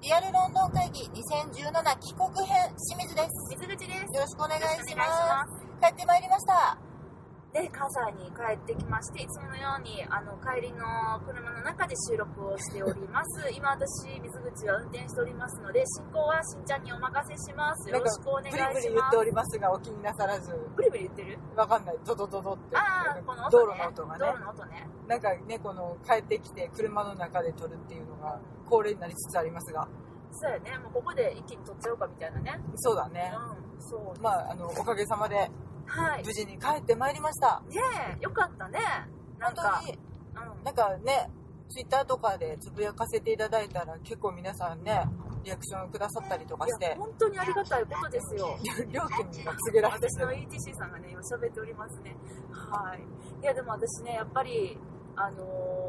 リアルロンドン会議2017帰国編清水です水口です。よろしくお願いしますよろしくお願いし帰ってまいりましたで、関西に帰ってきまして、いつものように、あの、帰りの車の中で収録をしており ます。今、私、水口は運転しておりますので、進行はしんちゃんにお任せします。よろしくお願いしなんかます。ブリブリ言っておりますがお気になさらずブリブリ言ってるわかんないドドドドってああ、この道音路ね。の音がね道路の音ね。なんかねこの帰ってきて車の中で撮るっていうのが恒例になりつつありますがそうやね。もうここで一気に撮っちゃおうかみたいなね。そうだねうん、そう。まああのおかげさまではい。無事に帰ってまいりましたねえ、よかったね。な本んか当、にうん。なんかねツイッターとかでつぶやかせていただいたら結構皆さんねリアクションをくださったりとかしいやて本当にありがたいことですよ。料金が告げられて 私の ETC さんがね、今喋っておりますね。はい。いや、でも私ね、やっぱり、あの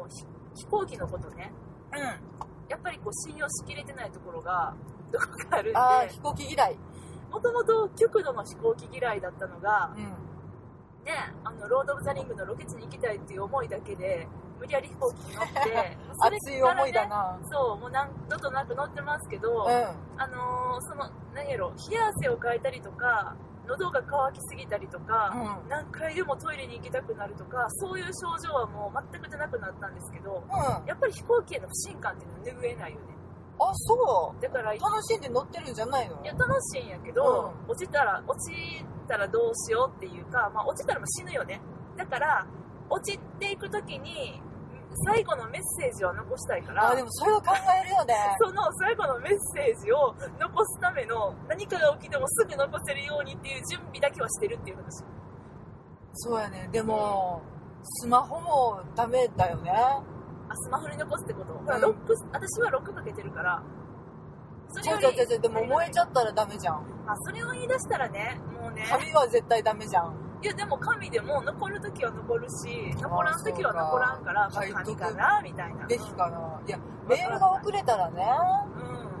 ーひ飛行機のことね、うんやっぱりこう信用しきれてないところが、どこかあるああんで飛、行機以来もともと極度の飛行機嫌いだったのが、うんね、あの、ロード・オブ・ザ・リングのロケ地に行きたいっていう思いだけで、無理やり飛行機に乗って、 熱い思いだな。なそう、もう何度となく乗ってますけど、うあのーその、何やろ、冷や汗をかいたりとか、喉が渇きすぎたりとか、んうん何回でもトイレに行きたくなるとかそういう症状はもう全くじゃなくなったんですけどうんやっぱり飛行機への不信感っていうのは拭えないよねあそうだからい楽しんで乗ってるんじゃないのや楽しいんやけど、落ちたら落ちたらどうしようっていうか、まあ、落ちたらもう死ぬよねだから落ちていく時に最後のメッセージは残したいからあでもそれは考えるよねその最後のメッセージを残すための何かが起きてもすぐ残せるようにっていう準備だけはしてるっていう話そうやねでもスマホもダメだよねあスマホに残すってこと、ほうらんロック私はロックかけてるからそ違れうよ違うり違うでも燃えちゃったらダメじゃんあそれを言い出したらねもうね紙は絶対ダメじゃんいやでも神でも残る時は残るし残らん時はそうか残らんからまあはい神かなみたいなべきかないやメールが遅れたらね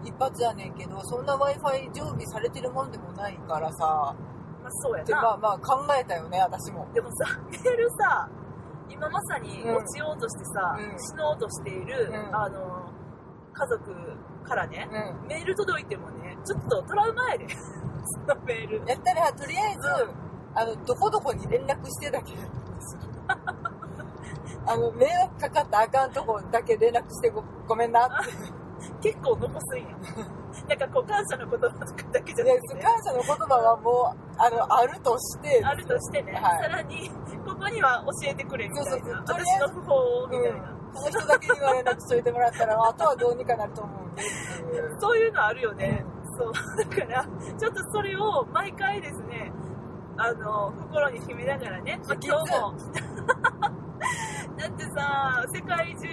うん、一発やねんけどそんな w i f i 常備されてるもんでもないからさまあ、そうやでな、まあまあ考えたよね私もでもさメールさ今まさにうん落ちようとしてさ、うん死のうとしている、うんあの家族からねう、んメール届いてもねちょっとトラウマやで そのメールやったらとりあえずうあのどこどこに連絡してだけあの迷惑かかったらあかんとこだけ連絡してごごめんなって結構残すんや なんかこう感謝の言葉とかだけじゃでなくて、ね、感謝の言葉はもうあのあるとしてあるとしてね、はいさらにここには教えてくれみたいなそうそうそうとりあえ私ずの不法をみたいな、うん、その人だけには連絡しといてもらったらあとはどうにかなると思うんでっていうそういうのあるよね、そうだからちょっとそれを毎回ですねあの心に秘めながらね、まあ秘訣今日も だってさ世界中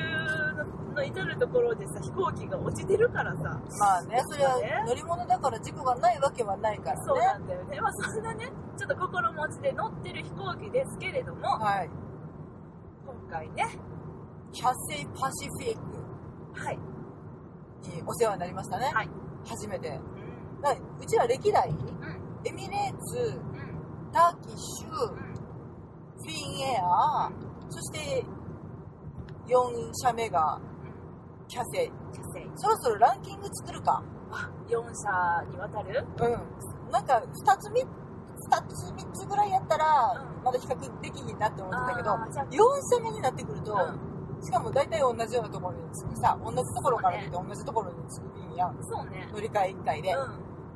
のの至る所でさ飛行機が落ちてるからさまあねそれは乗り物だから事故がないわけはないからねそうなんだよね、まあ、そんなねちょっと心持ちで乗ってる飛行機ですけれどもはい今回ねキャッセイパシフィックはい、にお世話になりましたね、はい初めてうんなうちら歴代、んエミレーツうんターキッシュ、フうんィンエアそして4社目がキャセイ車線そろそろランキング作るか4社にわたるうんなんか2つ3つ3つぐらいやったうらんまだ比較できひんなって思ってたけど、あーじゃあ4社目になってくると、うしかも大体同じようなところに着くさ同じところから出て同じところに着く便やんそうね乗り換え1回で、う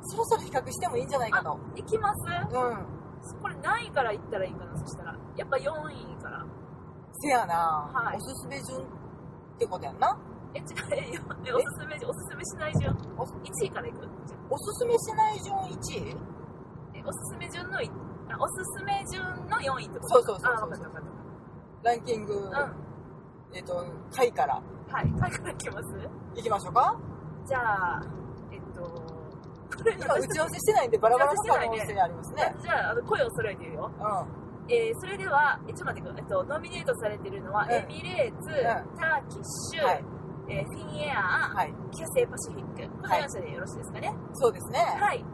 そろそろ比較してもいいんじゃないかとん行きますうんこれ何位から行ったらいいかなそしたらやっぱ4位からせやな、はいおすすめ順ってことやんなえ違うよえおすすめおすすめしない順お1位から行くじゃあおすすめしない順1位えおすすめ順のいあおすすめ順の4位ってことそうそうそうそうあ分かった分かっランキング、たえっ、と下位からうんはいはいから行きますいきましょうかじゃあえっとこれ今打ち合わせしてないんでバラバラの可能性ありますねじゃああの声を揃えて言うようんえーそれでは、えちょっと待ってくださいえっと、ノミネートされてるのは、うんエミレーツ、んターキッシュ、はいえーフィンエア、はいキャセイパシフィック、このはい4社でよろしいですかね。そうですねはい。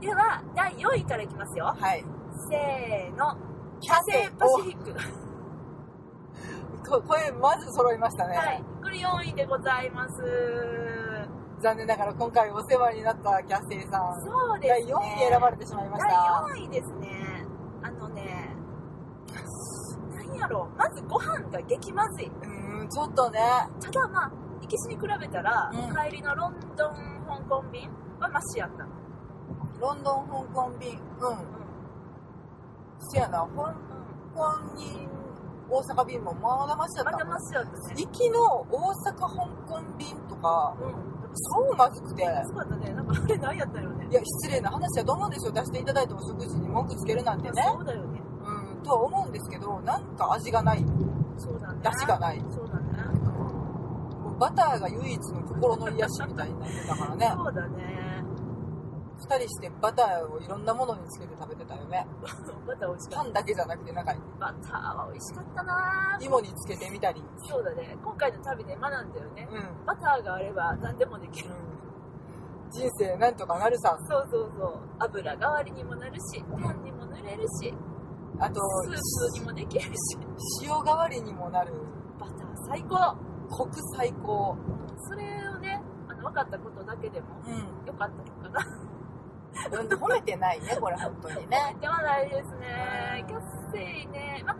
では、第4位からいきますよ。はいせーの、キキャセイパシフィック。ここれまず揃いましたね、はい。これ4位でございます。残念ながら今回お世話になったキャッセイさん、そうです第4ね。位に選ばれてしまいました。第4位ですね。あのね、なんやろ、まずご飯が激まずい。うーん、ちょっとね、ただまあ、行きしに比べたら、うん帰りのロンドン、香港便はマシやった。ロンドン、香港便、うん、せやな、香う港に大阪便もまだましだん。ったまたマもんシやったね。行きの大阪、香港便とか、うん。超まずくて、いそうだったね。なんかあれ何やったよね。や、失礼な話だと思うんですよ。出していただいたお食事に文句つけるなんてね。そうだよね。うん、とは思うんですけど、なんか味がない。そうだね。出汁がない。そうだね。もうバターが唯一の心の癒しみたいになってたからね。そうだね。二人してバターをいろんなものにつけて食べてたよね。バター美味しかパっンだけじゃなくて、なんかた。バターは美味しかったな芋につけてみたり。そうだね。今回の旅で学んだよねう。ん。うんバターがあれば何でもできる。人生なんとかなるさん。そうそうそう。油代わりにもなるし、パンにも塗れるし、あと、スープにもできるし。塩代わりにもなる。バター最高国最高。それをね、あの、分かったことだけでもうん。良かったのかな。なんで褒めてないね、これ、本当にね。ではないですね。キャッセイね、ま、う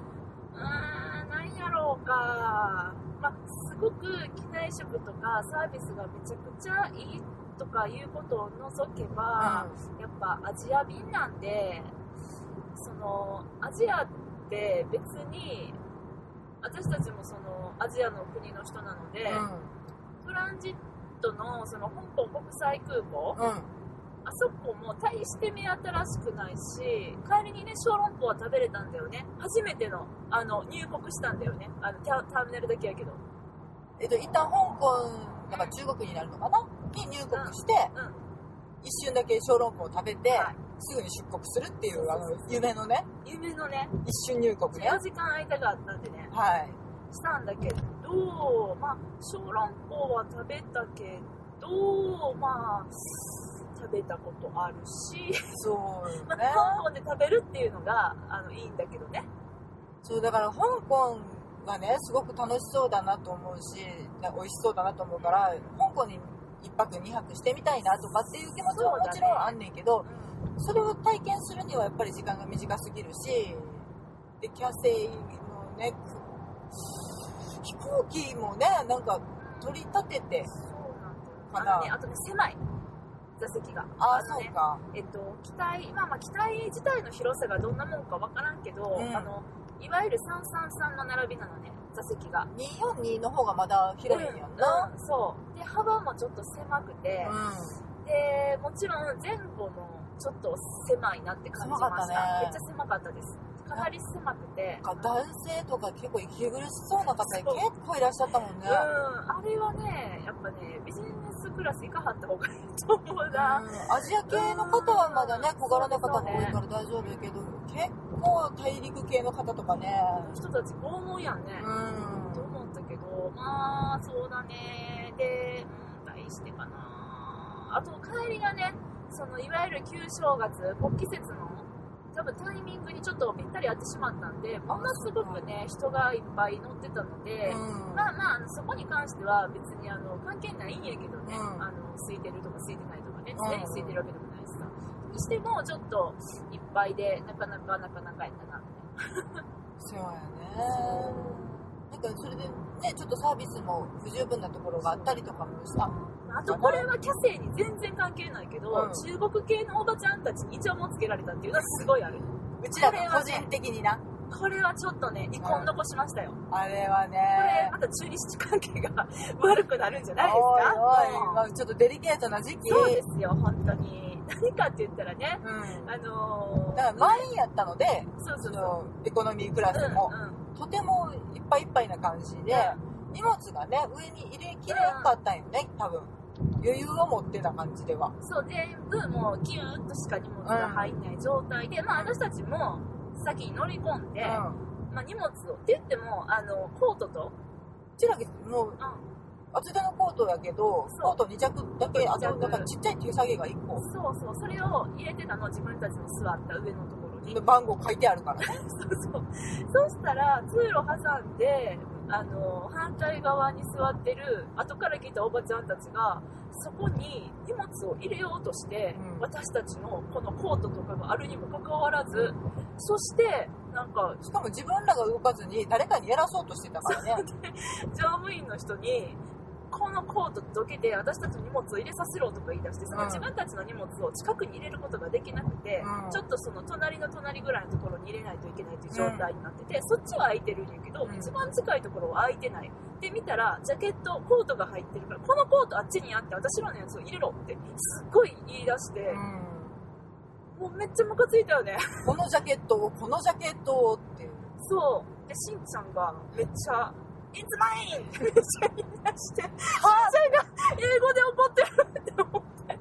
ーん、なんやろうか。ま、すごく機内食とかサービスがめちゃくちゃいいとかいうことを除けば、やっぱアジア便なんで、その、アジアって別に、私たちもそのアジアの国の人なので、うトランジットのその香港国際空港、ん。うん。あそこも大して目新しくないし、帰りにね、小籠包は食べれたんだよね。初めての、あの、入国したんだよね。あの、ターターミナルだけやけど。えっと、一旦香港、なんか中国になるのかなに入国して、うん一瞬だけ小籠包を食べて、はいすぐに出国するっていう、あのそうそうそ、う夢のね、夢のね、一瞬入国ね。 4時間空いたがあったんでね、はい。したんだけど、まあ、小籠包は食べたけど、まあ、食べたことあるし、そうよまあね。香港で食べるっていうのが、あの、いいんだけどね。そう、だから香港がね、すごく楽しそうだなと思うし、な美味しそうだなと思うから、香港に一泊二泊してみたいなとかっていう気持ちはそうだねもちろんあんねんけど、うそれを体験するにはやっぱり時間が短すぎるし、で、キャセイのね、飛行機もね、なんかん取り立てて、そうなんだよ。かなあのね、あとね、狭い。座席が。ああ、のそねうか。えっと、機体、まあまあ、機体自体の広さがどんなもんかわからんけど、うんあの、いわゆる333の並びなのね、座席が。 242の方がまだ広いんやんな。うん、そう。で、幅もちょっと狭くて、うで、もちろん前後もちょっと狭いなって感じました。狭かったねめっちゃ狭かったです。かなり狭くて。ん。男性とか結構息苦しそうな方結構いらっしゃったもんうねん、。あれはね、やっぱね、ビジネスクラス行かはった方がいいと思ううんな。アジア系の方はまだね、うん小柄な方が多いから大丈夫やけど、結構大陸系の方とかね、あの人たち拷問やんね。とう思ったけど、まあ、そうだね。で、うん、大してかな。あと、帰りがね、その、いわゆる旧正月、国旗節の、多分タイミングにちょっとぴったり合ってしまったんで、ものすごくね、人がいっぱい乗ってたので、ん。うんまあまああの、そこに関しては別にあの関係ないんやけどね、うんあの空いてるとか空いてないとかね、うん常に空いてるわけでもないしさ。にしても、ちょっといっぱいで、なかなかなかなかやったな。そうやね。なんかそれでね、ちょっとサービスも不十分なところがあったりとかもした。あとこれはキャセイに全然関係ないけど、うん中国系のおばちゃんたちにイチョウもつけられたっていうのはすごいあるうちらが個人的にな。これはちょっとね遺恨残しましたよ、あれはこれねま。た中日関係が悪くなるんじゃないですおいかおい、まあちょっとデリケートな時期。そうですよ本当に何かって言ったらねうん。あのーだから満員やったので、そうそそうそうのエコノミークラうんスも、とてもいっぱいいっぱいな感じで、荷物がね、上に入れきれなかったんよね、多分。余裕を持ってた感じでは。うん、そう全部もうギューッとしか荷物が入んない状態で、まあ私たちも先に乗り込んで、うん。まあ、荷物をって言ってもあのコートと、うちらもう、厚手のコートやけどそう、コート2着だけ、あ二と着なんかちっちゃい手提げが1個。そうそう、それを入れてたの、自分たちの座った上のところに。番号書いてあるからね。そうそう。そうしたら、通路挟んで、あの反対側に座ってる後から来たおばちゃんたちがそこに荷物を入れようとして、うん私たちのこのコートとかがあるにもかかわらずそしてなんかしかも自分らが動かずに誰かにやらそうとしてたからね乗務員の人にこのコートどけて私たちの荷物を入れさせろとか言い出してそのうん自分たちの荷物を近くに入れることができなくて、うんちょっとその隣の隣ぐらいのところに入れないといけないという状態になってて、そっちは空いてるんやけど、うん一番近いところは空いてないで見たらジャケットコートが入ってるからこのコートあっちにあって私らのやつを入れろってすっごい言い出して、うんもうめっちゃムカついたよねこのジャケットをこのジャケットをっていうそうでしんちゃんがめっちゃ「It's mine!」ってめっちゃ言い出してあ英語で怒ってる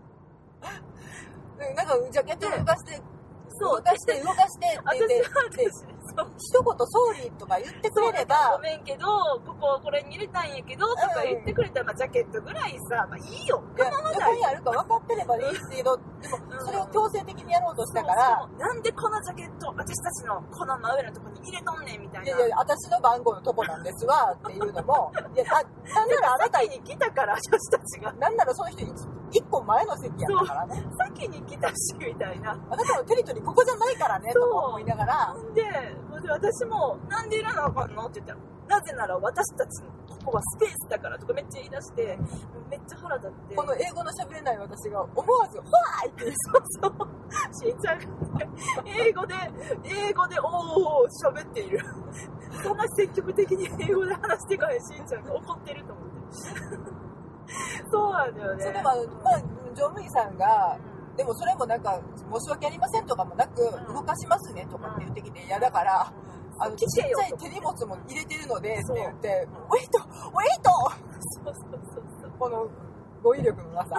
うんなんかジャケットを動かしてそ動うかして動かしてって私言っては私そう一言「総理」とか言ってくそうだれれからごばめんけどこここれに入れたんやけどとか言ってくれたら、ジャケットぐらいさ、まあ、いいよいやどこにあるか分かってればいいけどでもそれを強制的にやろうとしたからそうそうなんでこのジャケット私たちのこの真上のとこに入れとんねんみたいいなやいや私の番号のとこなんですわっていうの もいやあなんならあなた先に来たから私たちがなんならその人一一個前の席やったからね先に来たしみたいなあなたのテリトリーここじゃないからねそうとか思いながらほんで私も「なんでいらなあかんの?」って言ったら「なぜなら私たちのここはスペースだから」とかめっちゃ言い出してめっちゃ腹立ってこの英語の喋れない私が思わず「ほっ!」そうそう。しんちゃんが英語で、英語で、おーおー喋っている。そんな積極的に英語で話してからしんちゃんが怒ってると思って。そうなんだよね。それは、まあ、乗務員さんがでもそれもなんか申し訳ありませんとかもなく、ん動かしますねとかって言ってきて、いやだから、あのち来っちてよゃい手荷物も入れてるのでってそう言って、んウェイト、ウェイそうそうそうそうトこの語彙力のなさ。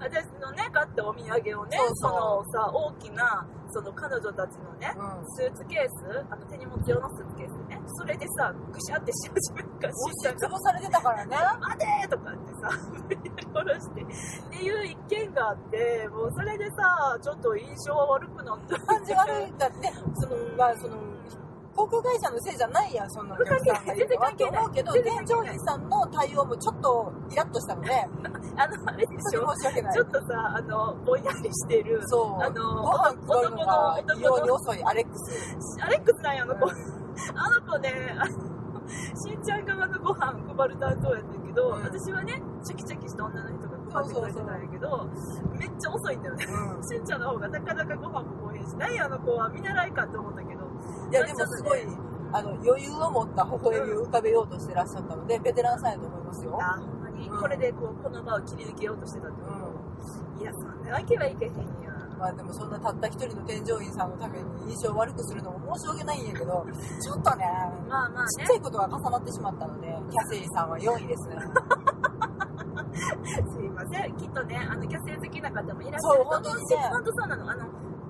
私のね、買ったお土産をね、そうそそのさ、大きな、その彼女たちのね、うスーツケース、あの手荷物用のスーツケースね、それでさ、ぐしゃってし始めるから、しんちゃんん。が 潰されてたからね。待てーとかってさ、下ろして。っていう一件があって、もうそれでさ、ちょっと印象は悪くなった。感じ悪 いんだって、その、まあ、その、航空会社のせいじゃないやん、そんなお客さんがいるのは全然関と係ない思うけど、全添然関係乗ない員さんの対応もちょっとイラッとしたので、あの、あれでしそれょ申し訳ないちょ。っとさ、あの、ぼんやりしてる、そう。あの、ご飯食べるのが男異の様男にの、遅いアレックス。アレックスなんや、あの子。あの子ね、あのしんちゃん側のご飯配る担当やったけど、うん私はね、チャキチャキした女の人が配ってくれてたんやけど、めっちゃ遅いんだよね。うんしんちゃんの方がなかなかご飯も多いし、何やあの子は見習いかって思ったけど、いや、でもすごい、あの、余裕を持った微笑みを浮かべようとしてらっしゃったので、ベテランさんやと思いますよ。あーほんまに、うんこれでこうこの場を切り抜けようとしてたってこといやそんなわけはいけへんやうんん。まあでもそんなたった一人の添乗員さんのために印象悪くするのも申し訳ないんやけど、ちょっとね、まあまあちねっちゃいことが重なってしまったので、キャセイさんは4位ですね。すいませんきっとねあのキャセル好きな方もいらっしゃそるうと思うし本当にね本当そうなのあの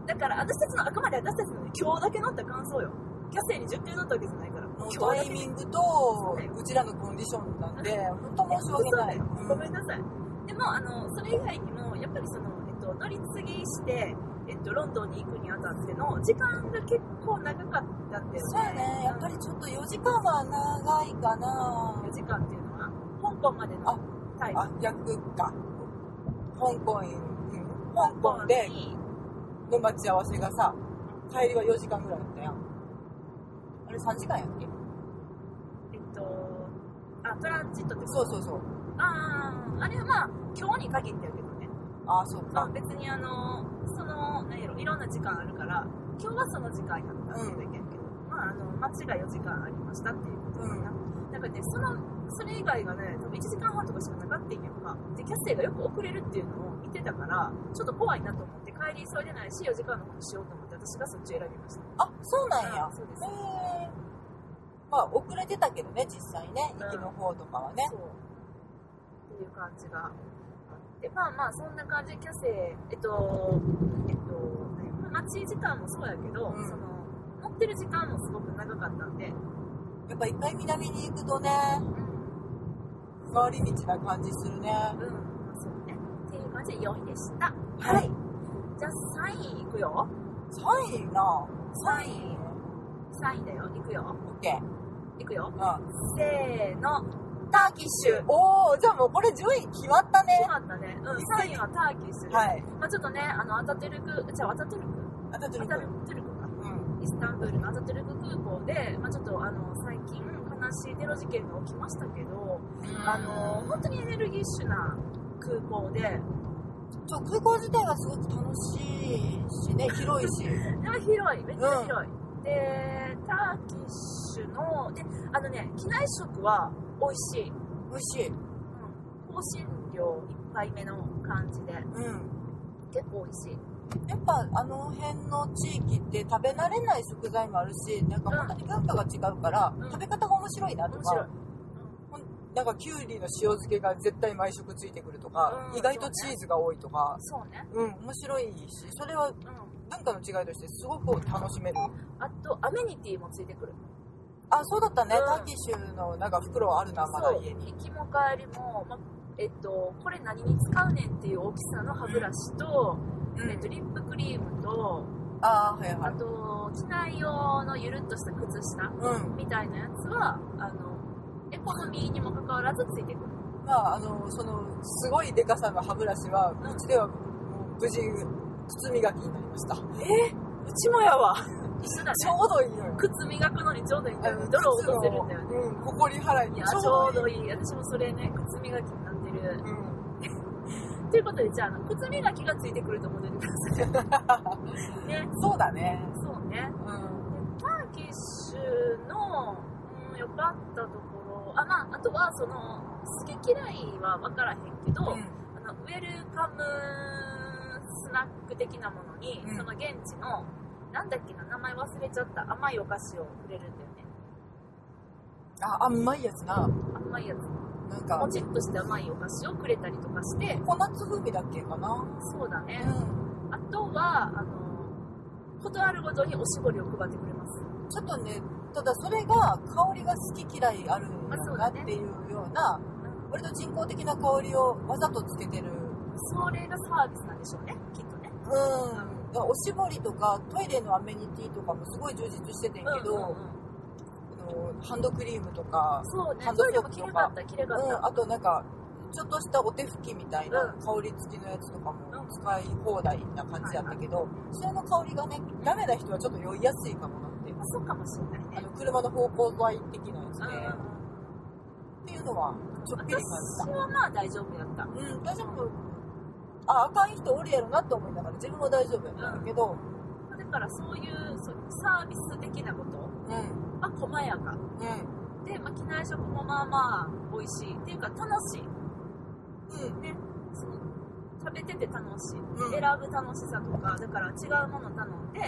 だから私たちのあくまで私たちの、ね、今日だけ乗った感想よキャセルに10点乗ったわけじゃないからもう今日タだイけミングと、うちらのコンディションなんで、本当申し訳ない。そうごめんなさいでもあのそれ以外にもやっぱりその、えっと、乗り継ぎして、えっと、ロンドンに行くにあたっての時間が結構長かったんだよそうやね、やっぱりちょっと4時間は長いかな4時間っていうのは香港までのあタイムあ、逆か。香港に、香港でにの待ち合わせがさ、帰りは4時間ぐらいだったやん。あれ3時間やっけえっとあトランジットってそうそうそう。あああれはまあ今日に限ってやけどねああ、そうまあか。別にあのその何やろいろんな時間あるから今日はその時間やったってだけやけど、まああの街が4時間ありましたっていうことかな、なんかねそのそれ以外がね多分1時間半とかしかなかったんやんかでキャッセイがよく遅れるっていうのを見てたからちょっと怖いなと思って帰り急いでないし4時間の方にしようと思って私がそっちを選びましたあ、そうなんや。うんそうですへえ。まあ、遅れてたけどね、実際ね、うん行きの方とかはね。そう。っていう感じがあって、まあまあ、そんな感じで、キャセえっと、えっと、まあ待ち時間もそうやけど、うんその、乗ってる時間もすごく長かったんで、やっぱ一回南に行くとね、うん、回り道な感じすうるね。ん、まあそうね。っていう感じで4位でした。はい。じゃあ3位いくよ。 3位な。 3位。3位だよ、いくよ。オッケー。いくよ。うん、せーの。ターキッシュ。おおじゃあもうこれ順位決まった決ねまったね。うん、3位はターキッシュです。はいまあちょっとね、あの、アタトゥルク、じゃあアタトゥルクあたちアのタ声トゥルクか。うんイスタンブールのアザトゥルク空港で、まあ、ちょっとあの最近悲しいテロ事件が起きましたけど、あの本当にエネルギッシュな空港で、そう空港自体はすごく楽しいしね広いしでも広い、めっちゃ広い。で、ターキッシュの、で、あのね、機内食は美味しい。美味しいうん、香辛料いっぱい目の感じで、うん結構美味しい。やっぱあの辺の地域って食べ慣れない食材もあるしなんか本当に文化が違うから、うん食べ方が面白いなと面か白い。なんかキュウリの塩漬けが絶対毎食ついてくるとか、うん意外とチーズが多いとかそうね。うん面白いしそれはうん。文化の違いとしてすごく楽しめるあと、アメニティもついてくる。あそうだったね、うんターキッシュのなんか袋あるなまだそう家に行きも帰りも、ま、えっとこれ何に使うねんっていう大きさの歯ブラシと、えっと、リップクリームとああはいはあいと機内用のゆるっとした靴下うんみたいなやつはあのエコノミーにもかかわらずついてくるまああのそのすごいでかさの歯ブラシはんうちではもう無事靴磨きになりましたちうちもやわ一緒だねょうどいいのよ靴磨くのにちょうどいいんだよね泥を落とせるんだよねうんほこり払いいにやちちょょううどいいどいい私もそれね靴磨きになってるうんということでじゃああの靴磨きがついてくると思っててく ださいねそうだねそうねうんターキッシュのうん良、かったところあ,、まあ、あとはその好き嫌いは分からへんけど、うんあのウェルカムスナック的なものに、うんその現地のなんだっけな名前忘れちゃった甘いお菓子をくれるんだよねあ甘いやつな甘いやつなんかもちっとした甘いお菓子をくれたりとかしてココナッツ風味だっけかなそうだね、うあとはあのことあるごとにおしぼりを配ってくれますんちょっとねただそれが香りが好き嫌いあるんだろうなっていうような割と人工的な香りをわざとつけてるそれがサービスなんでしょうねきっとねうん、おしぼりとかトイレのアメニティとかもすごい充実しててんけど、うんうんうんあのハンドクリームとか、そうねハ、ンドトソイレーもプ綺と麗かかった、綺麗うかった。ん、あとなんかちょっとしたお手拭きみたいなう香り付きのやつとかもうん使い放題な感じやったけど、それの香りがねダメな人はちょっと酔いやすいかもなってまあそうかもしれないあね。の車の方向剤的なやつうで、んっていうのはちょっぴり感じた私はまあ大丈夫やった。うん、大丈夫。あ、あかん人おるやろなって思いながら、自分も大丈夫やったんだけど、だからそういうそうサービス的なことうん、うん、は細やか。うで、まあ、機内食もまあまあ美味しい。っていうか楽しい。ん、その食べてて楽しい。うん選ぶ楽しさとか、だから違うもの頼んで、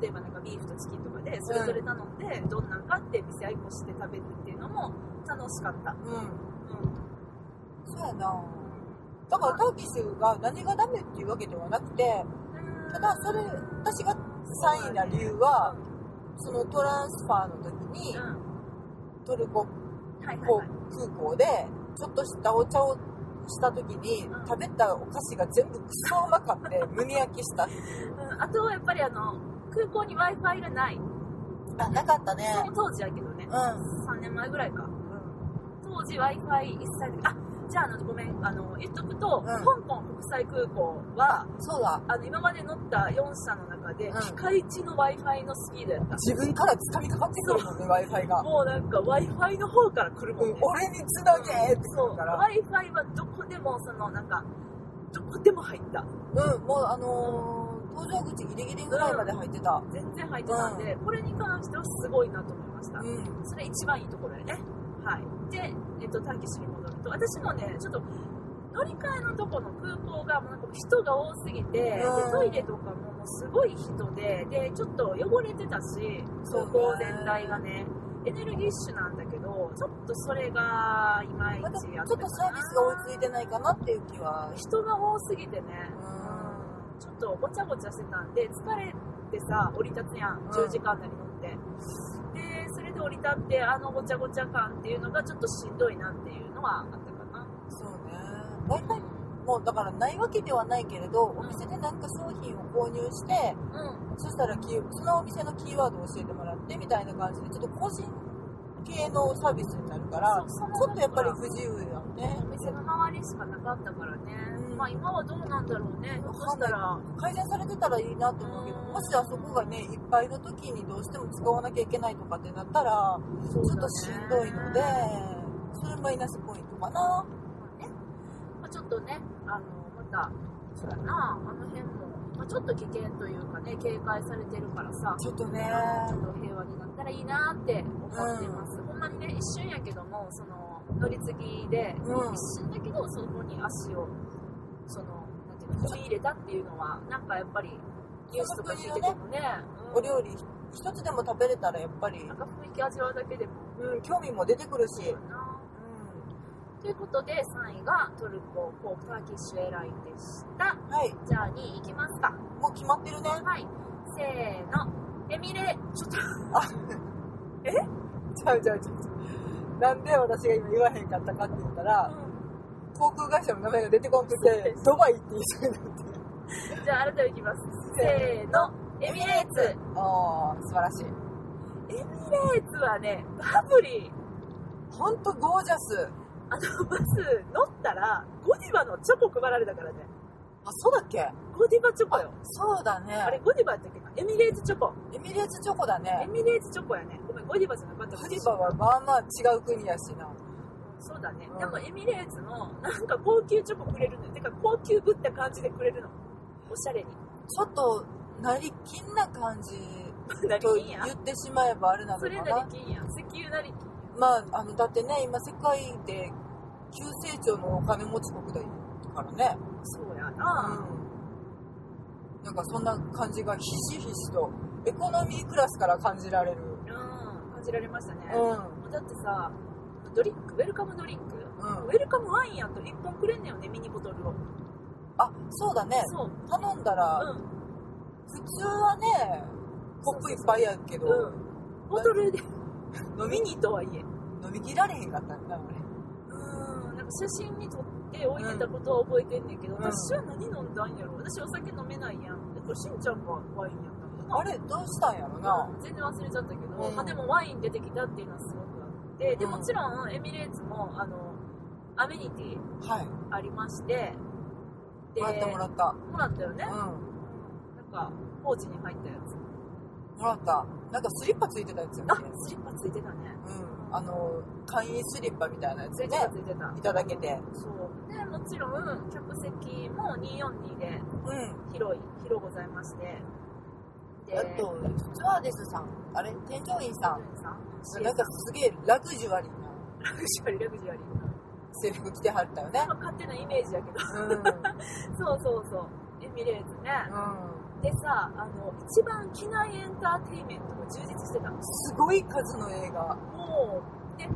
例えばなんかビーフとチキンとかで、それぞれ頼んで、どんなんかって店合いっこして食べるっていうのも楽しかった。うん。うそうやな。だからターキッシュが何がダメっていうわけではなくて、ん。ただそれ、私が3位な理由は、そのトランスファーの時にうん。はトルコいはい航はい。空港で、ちょっとしたお茶をした時にうん食べたお菓子が全部クソうまか って胸焼きした。うん、あとはやっぱりあの空港に w i f i がない、あ、なかったその当時やけどねうん。 3年前ぐらいか、当時 w i f i 一切なくあじゃああのごめんあの言っとくと、ん香港国際空港はそうだ。あの今まで乗った4社の中で、うんピカイチの w i f i のスピードやった自分から掴みかかってくるもんね w i f i が、もうなんか w i f i の方から来るもうんんね、俺につなげってそう w くるから i f i はどこでもそのなんかどこでも入ったうんもうあのー、搭乗口ギリギリぐらいまで入ってた全然入ってたんで、これに関してはすごいなと思いました、うんそれ一番いいところやね。はい。で、えっと、ターキッシュに戻ると、私もね、ちょっと、乗り換えのとこの空港が、もうなんか人が多すぎて、でうんトイレとかももうすごい人で、で、ちょっと汚れてたし、そう空ね港全体がね、エネルギッシュなんだけど、ちょっとそれが、いまいまたちちやょっとサービスが追いついてないかなっていう気は人が多すぎてね、うちょっとごちゃごちゃしてたんで、疲れてさ、降り立つやん、10時間なり乗って。で、それで降り立って、あのごちゃごちゃ感っていうのがちょっとしんどいなっていうのはあったかな。そうね w i f i もうだからないわけではないけれどお店でなんか商品を購入してうん。そしたらキーそのお店のキーワードを教えてもらってみたいな感じでちょっと個人系のサービスになるからそうちょっとやっぱり不自由だよねお店の周りしかなかったからね、うんまあ今はどうなんだろうねひょっとしたら改善されてたらいいなと思うけどうんもしあそこがねいっぱいの時にどうしても使わなきゃいけないとかってなったらちょちょっとしんどいのでそれマイナスポイントかなねまあ、ちょっとね、あのまた、そうだな、あの辺も、まあ、ちょっと危険というかね、警戒されてるからさ、ちょっとねちょっと平和になったらいいなって思っています、ほんまにね、一瞬やけども、その乗り継ぎで、うん一瞬だけど、そこに足を、その、なんていうの、踏み入れたっていうのは、なんかやっぱり、ニュースとか聞いててもね、うんお料理一つでも食べれたらやっぱり、なんか雰囲気味わうだけでも、うん、興味も出てくるし、そうだな。ということで、3位がトルコ航空ターキッシュエラインでした。うん、はいじゃあ2位いきますか。もう決まってるねはい。せーの。エミレ、ちょっと、ちゃうちゃうちゃうちゃうなんで私が今言わへんかったかって言ったら航空会社の名前が出てこんくてドバイって言いそうになってじゃあ改めていきます。せーの。エミレーツ。ああ素晴らしいエミレーツはね、バブリー。ほんとゴージャスあの、バス乗ったら、ゴディバのチョコ配られたからね。あそうだっけゴディバチョコよ。そうだねあれ、ゴディバやったっけなエミレーツチョコ。エミレーツチョコだエねミレーツチョコやね。ごめん、ゴディバじゃなかった。フリバはまあまあ違う国やしなそうだねう。んでもエミレーツの、なんか高級チョコくれるのよ。てか、高級ぶった感じでくれるの。おしゃ れに。ちょっとなりきんな感じなりときん言や。ってしまえばあれなのそかれななりきんや。石油なりきんや。まあ、あのだってね今世界で急成長のお金持ち国だからね、そうやうな。ん、なんかそんな感じがひしひしとエコノミークラスから感じられるうん。感じられましたね。うんうんもうだってさ、ドリンク、ウェルカムドリンク。ウェルカムワインやと1本くれんねよね、ミニボトルを。あそうだねそう。頼んだうらん。普通はねコップいっぱいやけどうん。ボトルで、飲ミみニとはいえ。飲み切られへんかったんだ俺うん。なんか写真に撮って置いてたことは覚えてんねんけど、うん私は何飲んだんやろ私お酒飲めないやん。でもしんちゃんがワインやったんだな。あれどうしたんやろなうん全然忘れちゃったけど、うんまあ、でもワイン出てきたっていうのはすごくあってでうんもちろんエミレーツもあのアメニティはいありましてでもらったもらったもらったよね、うなんかポーチに入ったやつんもらったなんかスリッパついてたやつやあっけスリッパついてたねうんあの簡易スリッパみたいなやつついねてたついてたいただけてそうでもちろん客席も242でうん広い広ございましてであとスワーデスさんあれ添乗員さんさんなんかすげえラグジュアリーなラグジュアリーラグジュアリー制服着てはったよねまあ勝手なイメージやけどうんうんそうそうそうエミレーツね、でさあの一番機内エンターテインメントが充実してたもすごい数の映画うで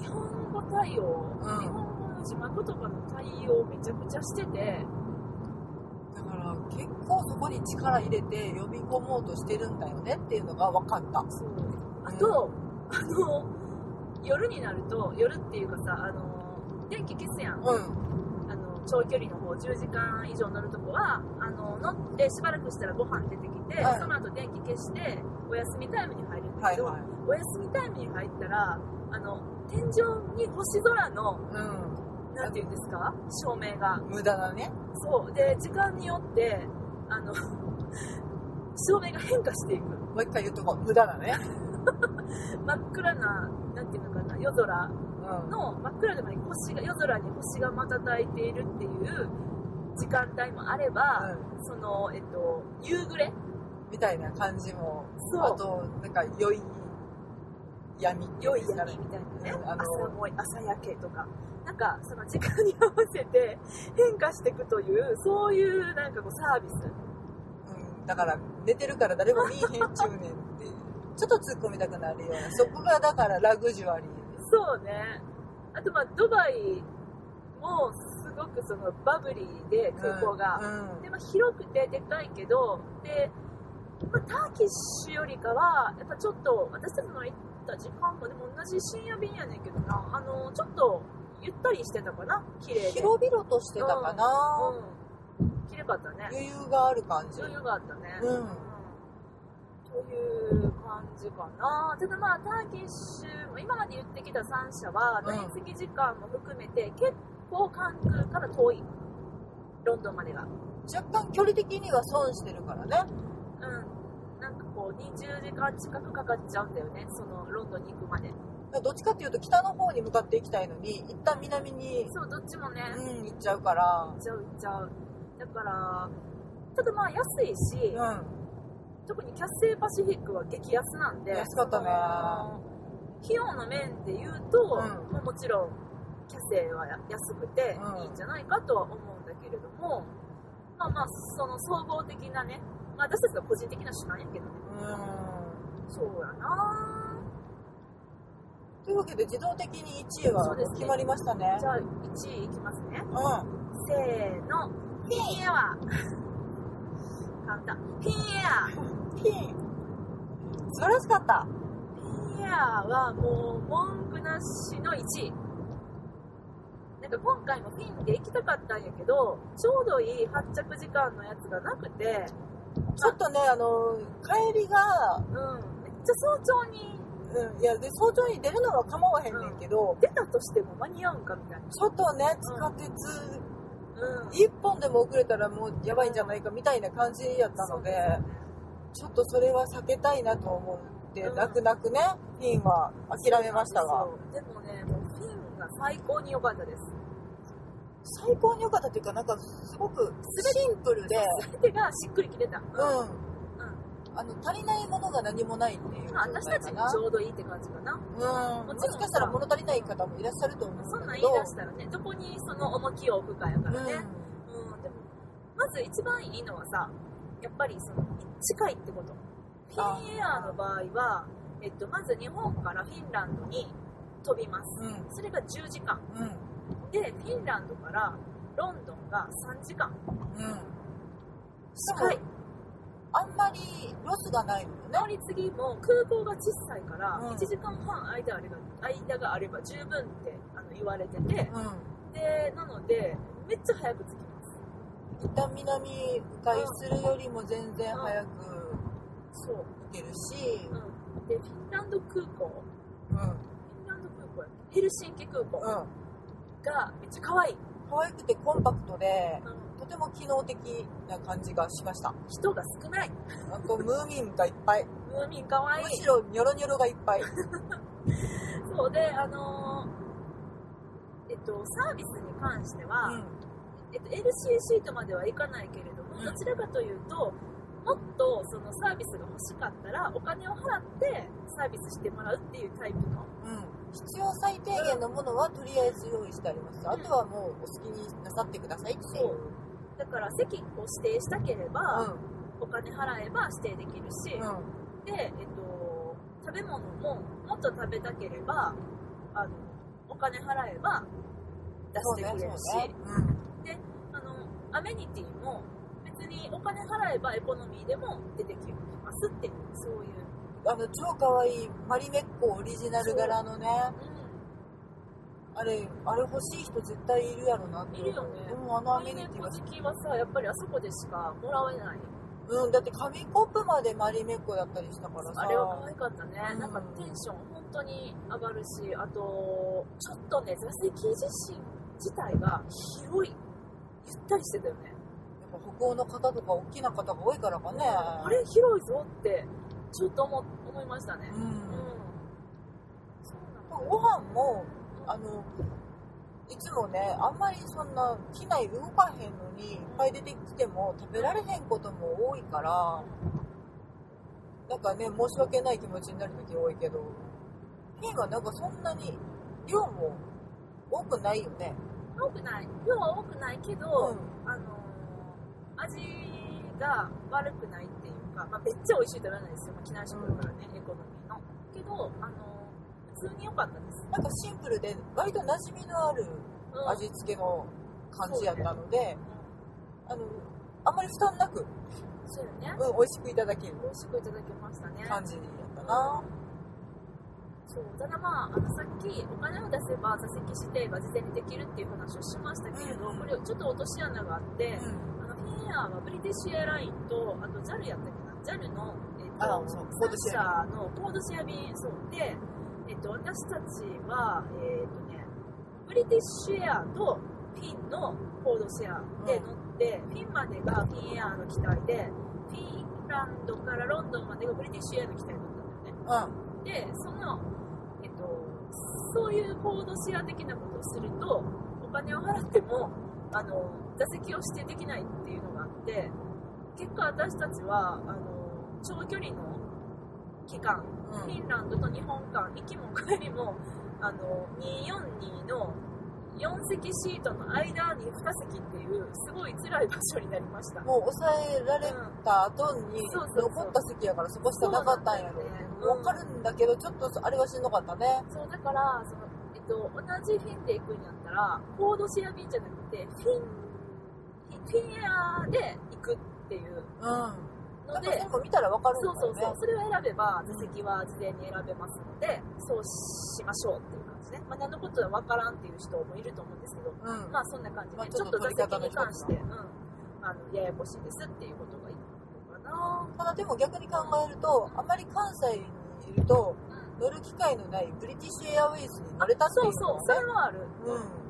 日本語対応、うん日本語の字幕とかの対応めちゃくちゃしててだから結構そこに力入れて呼び込もうとしてるんだよねっていうのが分かったそうあと、あの夜になると夜っていうかさあの電気消すやんうんあの長距離の方10時間以上乗るとこはあの乗ってしばらくしたらご飯出てきて、はいその後電気消してお休みタイムに入るんだはけいど、はいお休みタイムに入ったらあの天井に星空のうなんていうんですか照明がん無駄だねそうで時間によってあの 照明が変化していくもう一回言っとこう無駄だね真っ暗ななんていうのかな夜空うんの真っ暗でもない星が夜空に星が瞬いているっていう時間帯もあれば、そのえっと夕暮れうんみたいな感じもそうあとなんか良い闇良い闇みたいなね、うんあの朝も朝焼けとか、なんかその時間に合わせて変化していくという、そういうなんかこうサービス、うんだから寝てるから誰も見えへん中年ってちょっと突っ込みたくなるようなそこがだからラグジュアリーですそうね、あとまあドバイもすごくそのバブリーで空港が、うんでまあ、広くてでかいけど、でまあ、ターキッシュよりかは、やっぱちょっと私たちの行った時間もでも同じ深夜便やねんけどな、あのちょっとゆったりしてたかな、綺麗で。広々としてたかな、うん、綺麗かったね余裕がある感じ余裕があったね、うんうんという感じかな。ただまあ、ターキッシュも今まで言ってきた3社は、うん面積時間も含めて結構関空から遠い。ロンドンまでが。若干距離的には損してるからねうん。なんかこう、20時間近くかかっちゃうんだよね。その、ロンドンに行くまで。どっちかっていうと北の方に向かっていきたいのに一旦南に、そう、どっちもね、うん、行っちゃうから行っちゃう行っちゃう。だから、ただまあ安いし、う特にキャッセイパシフィックは激安なんで安かったそねの費用の面で言うと、うんまあもちろんキャッセイは安くてうんいいんじゃないかとは思うんだけれども、まあまあその総合的なね、まあ、私たちの個人的な主観やけどねんうんそうやなというわけで自動的にそ1位はうですね決まりましたねじゃあ1位いきますねうんはせーのピンエア簡単ピンエアいピン素晴らしかったピアはもう文句なしの1位なんか今回もフィンで行きたかったんやけどちょうどいい発着時間のやつがなくてちょっとねあの帰りが、うんめっちゃ早朝にうん、いやで早朝に出るのは構わへんねんけど、出たとしても間に合うんかみたいなちょっとね地下鉄うん1本でも遅れたらもうやばいんじゃないかみたいな感じやったそのうでですねちょっとそれは避けたいなと思って、うん泣く泣くねフィンは諦めましたがそうでもねもうフィンが最高に良かったです最高に良かったというかなんかすごくシンプルで、手がしっくりきてた、うんうんあの足りないものが何もないっていう状まあ、態私たちかになちょうどいいって感じかなうん、もしかしたら物足りない方もいらっしゃると思うんそんなだんけ言いど出したらねどこにその重きを置くかやからね、うん、でもまず一番いいのはさやっぱりその近いってことフあィンエアの場合は、えっと、まず日本からフィンランドに飛びますうんそれが10時間うんでフィンランドからロンドンが3時間うんうん近いあんまりロスがないのよね乗り継ぎも空港が小さいからう1ん時間半間あれば間があれば十分ってあの言われててうでなのでめっちゃ早く着きますん一旦南迂回するよりも全然早くそう、行けるしうん、でフィンランド空港うんうんフィンランド空港やヘルシンキ空港がめっちゃ可愛い、可愛くてコンパクトでうん、とても機能的な感じがしました人が少ないあとムーミンがいっぱいムーミン可愛いむしろニョロニョロがいっぱいそうであのーえっとサービスに関しては、えっと、LC シートまではいかないけれども、うんどちらかというともっとそのサービスが欲しかったらお金を払ってサービスしてもらうっていうタイプのうん、うん、必要最低限のものはとりあえず用意してありますあとはもうお好きになさってくださいっていうそうだから席を指定したければ、うお金払えば指定できるし、んうんで、えっと、食べ物ももっと食べたければあのお金払えば出してくれるし、そうねそうねあのアメニティも別にお金払えばエコノミーでも出てきますっていうそういう、うん、あの超かわいいマリメッコオリジナル柄のねあれあれ欲しい人絶対いるやろなっているよねうん、あのアアメメニニティティのは時はさやっぱりあそこでしかもらえないうんだって紙コップまでマリメッコだったりしたからさあれは可愛かったね、うんなんかテンション本当に上がるしあとちょっとね座席自身自体が広いゆったりしてたよねやっぱ北欧の方とか大きな方が多いからかね。あれ広いぞってちょっと思思いましたねう。うんそうなのご飯も、あの、いつもね、あんまりそんな機内動かへんのに、いっぱい出てきても食べられへんことも多いから、なんかね、申し訳ない気持ちになる時多いけど、ピンはなんかそんなに量も多くないよね。多くない量は多くないけど、あのー味が悪くないっていうか、まあ、めっちゃ美味しいとは言わないですよ、まあ、機内食だからね、エコノミーのけど、あのー普通に良かったです、なんかシンプルで、割と馴染みのあるうん味付けの感じやったので、あの、あんまり負担なく、うん、そうよね美味しくいただける美味しくいただきましたね感じやったな。そうただまああのさっきお金を出せば座席指定が事前にできるっていう話をしましたけれど、うんこれちょっと落とし穴があって、あのフィンエアはブリティッシュエアラインとあと JAL やったっけな JAL の、えーとあそうコードシ3ェ社のコードシェア便そうで、えっと、私たちは、えっとね、ブリティッシュエアとフィンのコードシェアで乗って、フィンまでがフィンエアの機体でフィンランドからロンドンまでがブリティッシュエアの機体だったんだよねうんでその、えっと、そういうコードシェア的なことをするとお金を払ってもあの座席を指定できないっていうのがあって結果私たちはあの長距離の期間フうんィンランドと日本間行きも帰りもあの242の4席シートの間に2席っていうすごい辛い場所になりました。もう抑えられた後にそうそうそう残った席やからそこしかなかったんやろそうなんだよねわかるんだけどちょっとあれはしんどかったねそうだからその、えっと、同じフィンで行くんやったらコードシェア便じゃなくてフィンフィンエアで行くっていううんなのんでかそれも見たらわかるんだそうそようねそうそれを選べば座席は事前に選べますのでそうしましょうっていう感じね、まあ、何のことは分からんっていう人もいると思うんですけどうんまあそんな感じで、まあちちょっょっと座と取り席方のに一つだ関して、うん、あのややこしいですっていうことがいいのかな、ただでも逆に考えるとあまり関西にいるとうん、乗る機会のないブリティッシュエアウェイズに乗れたっていそううそうのもねそれはある、うん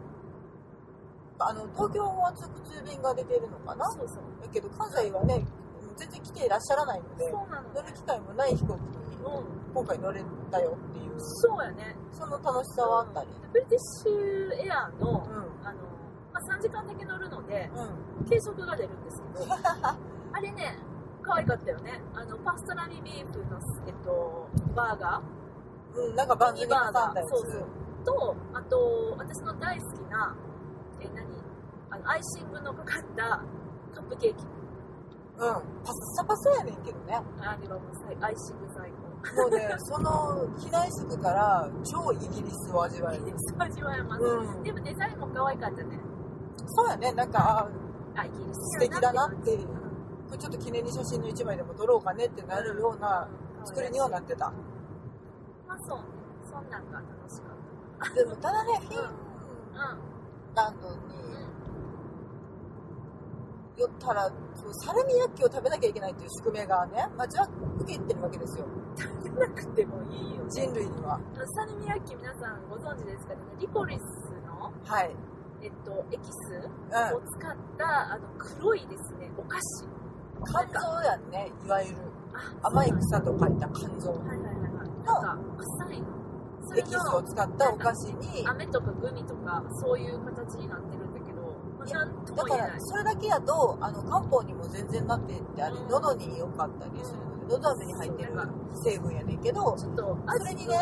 あの東京は直通便が出てるのかなそうそうだけど関西はね全然来ていらっしゃらないのでそうなの乗る機会もない飛行機にうん今回乗れたよっていうそうやね。その楽しさはあったりブリティッシュエアの、うあの、まあ、3時間だけ乗るので、んうん軽食が出るんですけ ど、あれね、可愛かったよね。あの、パストラミビーフの、えっと、バーガうん、なんかバンズに挟んだやつ。そうそうーと、あと、私の大好きな、え、何あの、アイシングのかかったカップケーキ。うん。パッサパサやねんけどね。あれはもう最、アイシング最高。もう ね、その機内食から超イギリスを味わえる。そう 味わえます。うんでもデザインも可愛かったね。そうやね、なんか、ああ、イギリス素敵だなっていううんこれちょっと記念に写真の一枚でも撮ろうかねってなるような作りにはなってた。まあそうね、そんなんが楽しかっでもただね、フィた。ンうん。ランドに寄ったら、そのサルミヤッキを食べなきゃいけないっていう宿命がね、町は受けてるわけですよ。食べなくてもいいよ。人類には。サルミヤッキ皆さんご存知ですかね、リコリスの、はい。えっと、エキスをう使った、あの、黒いですね、お菓子。ん。肝臓やんね、いわゆる。あ甘い草と書いた肝臓。はいはいはいはい。なんか、臭いの。そエれキスをの、使ったお菓子に、飴とかグミとか、そういう形になってるんだけど、まあ、いやなんとだもか言えならい。それだけやとあの漢方にも全然なってってありうん喉に良かったりするので喉飴に入ってる成分やねんけどちょっと、それにね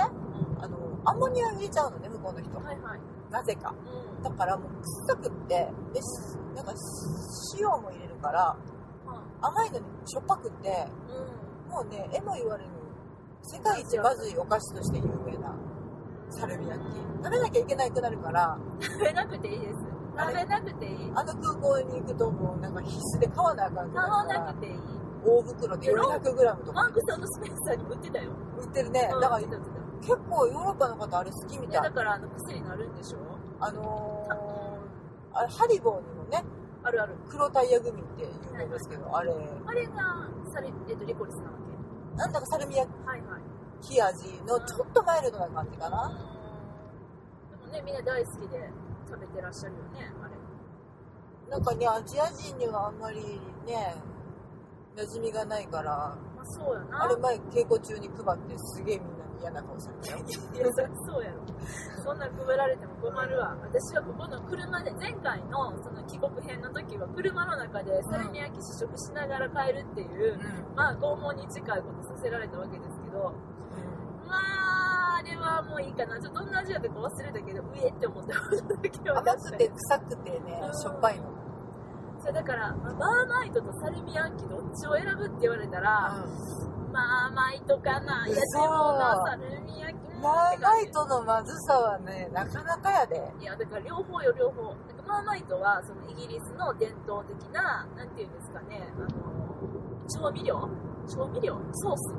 あのアンモニア入れちゃうのね向こうの人うんはいはい。なぜかうん。だからもう臭くってでしなんかし塩も入れるから甘いのにしょっぱくってうん。もうねえも言われぬ世界一まずいお菓子として有名なサルミ焼き食べなきゃいけないくなるから食べなくていいです。あ食れべなくていい。あの空港に行くともうなんか必須で買わなあかんくな買るわからなくていい。大袋で 400g とマかークさんのスペースさんにも売ってたよ。売ってるね、うんだから売ってた売って結構ヨーロッパの方あれ好きたいみたやいだから、あの、癖になるんでしょあのー、あれハリボーにもねあるある。黒タイヤグミって有名ですけど、あれあれが、され、えっと、リコリスなわけ。なんだかサルミヤはいはい。キ味のちょっとマイルドな感じかな、でもね、みんな大好きで食べてらっしゃるよね、あれ。なんかねアジア人にはあんまりね馴染みがないからまあ、そうやな。あれ前稽古中に配ってすげえみんなに嫌な顔されたよいや、そりゃそうやろ。そんなん配られても困るわ。私はここの車で、前回のその帰国編の時は、車の中でサルミヤキ試食しながら帰るっていう、まあ、拷問に近いことさせられたわけですけど、まあ、あれはもういいかな。ちょっとどんな味だったか忘れたけど、うえって思ったことだけは甘くて臭くてね、うんしょっぱいの、そうだから、まあマーマイトとサルミアンキどっちを選ぶって言われたら、マーマイトかな。いや、で嘘もな、サルミアンキもマって感ーマじイトのまずさはねなかなかやでいや、だから両方よ、両方。なんかマーマイトは、そのイギリスの伝統的な、なんていうんですかね、あの、調味料調味料ソース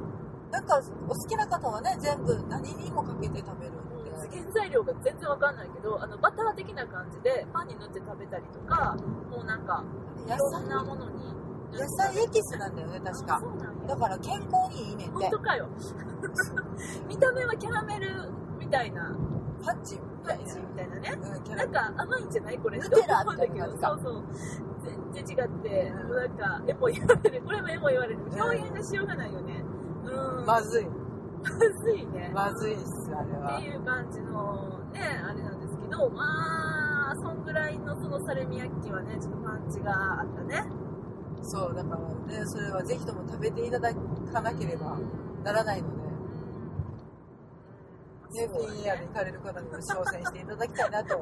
なんかお好きな方はね全部何にもかけて食べるっていう原材料が全然わかんないけどあのバター的な感じでパンに塗って食べたりとかもうなんか野いろん菜なものに野菜エキスなんだよね確かそうなんだやから健康にいいねんて本当か よ見た目はキャラメルみたいなパッチみた感いじみたいなねな、うん、キャなラんか甘いんじゃないこれヌテラって思うんだみけたいどなそうそう全然違って、うんもうなんかエモ言われるこれもエモ言われるん表現がしようがないよねうんまずいずいねまずいっすあれはっていう感じのねあれなんですけどまあそんぐらいのそのサルミヤッキはねちょっとパンチがあったねそうだからねそれはぜひとも食べていただかなければならないのでうんね、フィギュアに行かれる方にも挑戦していただきたいな と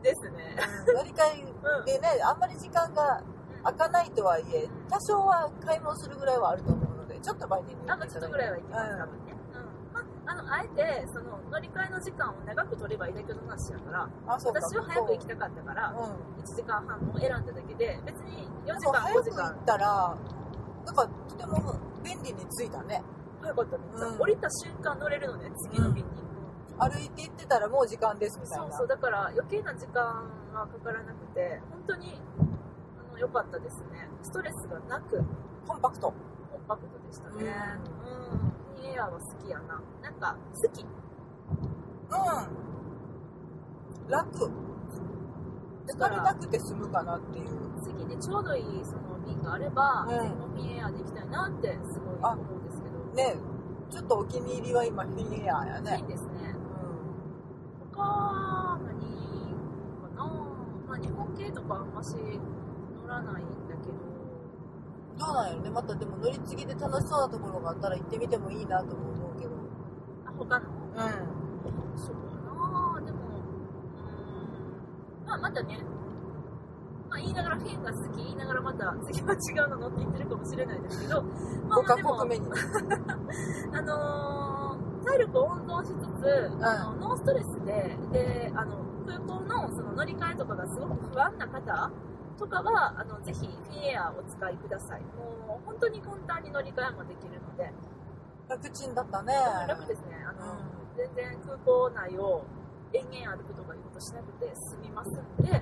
ですね割り替うんえでねあんまり時間が空かないとはいえ多少は買い物するぐらいはあると思うのでちょっとバイキングにあとちょっとぐらいはいけます、うん多分ね。うん。まあ、あの、あえて、その、乗り換えの時間を長く取ればいいだけの話やから、あそうか私は早く行きたかったから、うん1時間半を選んだだけで、別に4なん時か間、早5く時行間、ったらなんかとても便利に着いたね早かったねうん降りた瞬間乗れるのね、次の便に。歩いて行ってたらもう時間ですみたいそなうそう、だから余計な時間がかからなくて、本当に、あの、良かったですね。ストレスがなく、コンパクトコンパクトでしたね。ううん。フィエアは好きやな。なんか、好き。うん楽か疲れらなくて済むかなっていう次でちょうどいいその便があれば、うん全部便エアで行きたいなってすごい思うんですけど、ねちょっとお気に入りは今フィギュアやいねい、ですね。う他、何かなまあ日本系とかあんまし乗らないんだけど、ん、どうなんやろねまたでも乗り継ぎで楽しそうなところがあったら行ってみてもいいなとも思うけどうあ、他のんそうかなでも、うーん、まあまたね、まあ言いながらフィンが好き、言いながらまた次は違うの乗って言ってるかもしれないですけど、まあまあ5カでも国目にあのー体力を温存しつつ、あのノーストレスでであの空港のその乗り換えとかがすごく不安な方とかはあのぜひフィンエアーをお使いくださいもう本当に簡単に乗り換えもできるので、楽ちんだったね楽ですねあの、全然空港内を延々歩くとかいうことしなくて済みますんで